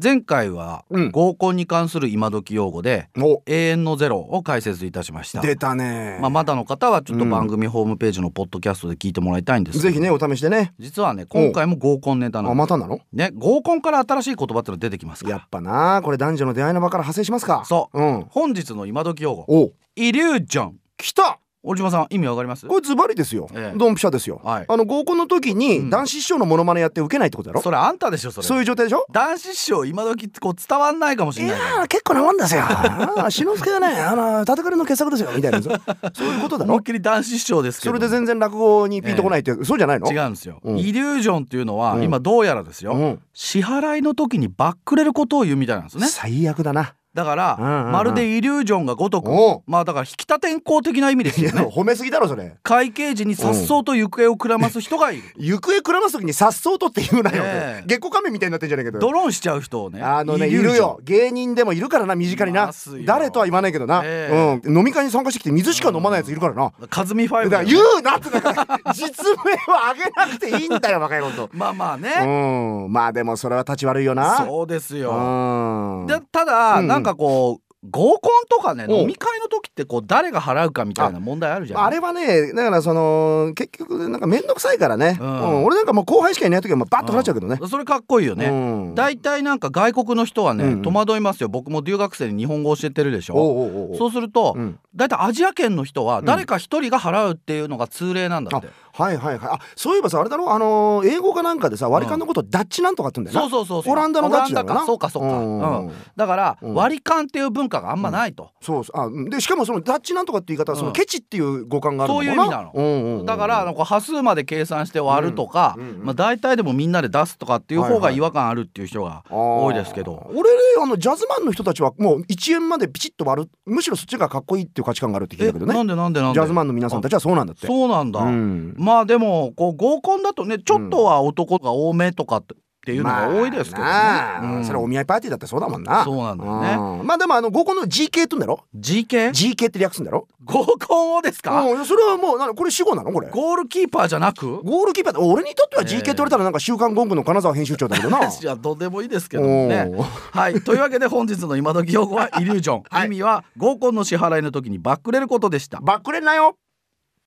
前回はうん合コンに関する今時用語でお永遠のゼロを解説いたしました。出たね、まあ、まだの方はちょっとうん番組ホームページのポッドキャストで聞いてもらいたいんですけどぜひねお試しでね実はね今回も合コンネタなあんでまたなのね合コンから新しい言葉ってのが出てきますかやらっぱなこれ男女の出会いの場から派生しますかそううん本日の今時用語おイリュージョン来た小島さん意味わかりますこれズバリですよ、ええドンピシャですよ、はいあの合コンの時うんに男子師匠のモノマネやって受けないってことだろ、それあんたでしょそれそういう状態でしょ男子師匠今時こう伝わんないかもしいれないからやー結構なもんですよ。あー志の輔はね、あの立ての傑作ですよみたいな。そそういうことだ思いろっ。きり男子師匠ですけそどれで全然落語にピンとこないって、そうじゃないの？違うんですよ、うんイリュージョンっていうのは、うん今どうやらですよ、うん支払いの時にバックれることを言うみたいなんですね最悪だな。だから、うんうんうんまるでイリュージョンがごとくおうまあだから引き立てん功的な意味ですいやよね褒めすぎだろそれ。会計時に颯爽と行方をくらます人がいる、行方くらます時にさっそうとって言うなよええ。月光仮面みたいになってんじゃないけドど。ローンしちゃう人をねあのねいイリュージョンるよ芸人でもいるからな身近にいなますよ誰とは言わないけどな、えうん、飲み会に参加してきて水しか飲まないやついるからな、カズミファイブだかだらよ言うなってだから実名は上げなくていいん だよ若いことまあまあね、うんまあでもそれは立ち悪いよなそうですよ、うんでただ、うんうんなんかこう合コンとかねおう飲み会の時ってこう誰が払うかみたいな問題あるじゃんあれはねだからその結局なんか面倒くさいからね、ううんん俺なんかもう後輩しかいない時はもうバッと払っちゃうけどね,、それかっこいいよね、うん、大体なんか外国の人はね、うんうん戸惑いますよ僕も留学生に日本語教えてるでしょおうおうおうそうすると、うん大体アジア圏の人はん誰か一人が払うっていうのが通例なんだって、はいはいはいあそういえばさあれだろあのー英語かなんかでさ割り勘のことをダッチなんとかって言うんだそようなそうそうそうオランダのダッチオだろランダうなかそうかそうか、うんうんだからうん割り勘っていう文化があんまないと、そうそうあでしかもそのダッチなんとかって言い方はそのうんケチっていう語感があるのかそうないう意味なのうんうんうんだからあのこう端数まで計算して割るとか、うんうんうんまあ、大体でもみんなで出すとかっていう方はいがはい違和感あるっていう人があー多いですけど、俺あのジャズマンの人たちはもう1円までピチッと割るむしろそっちがかっこいいっていう価値観があるって聞いたけどえなねんでなんでなんでジャズマンの皆さんたちはそうなんだってそうなんだ、んまあでもこう合コンだとねちょっとは男が多めとかっていうのが多いですけどね、まあなあうんそれお見合いパーティーだってそうだもんなそうなんだよねうんまあでもあの合コンの GK って言うんだろ GK? GK って略すんだろ 合コンをですか、うんいやそれはもうなこれ死語なのこれゴールキーパーじゃなくゴールキーパーだ俺にとってはええ GK って言われたらなんか「週刊ゴング」の金沢編集長だ けどなじゃあどうでもいいですけどもね。おー はいというわけで本日の今時用語はイリュージョン、はい意味は合コンの支払いの時にバックれることでした。バックレんなよ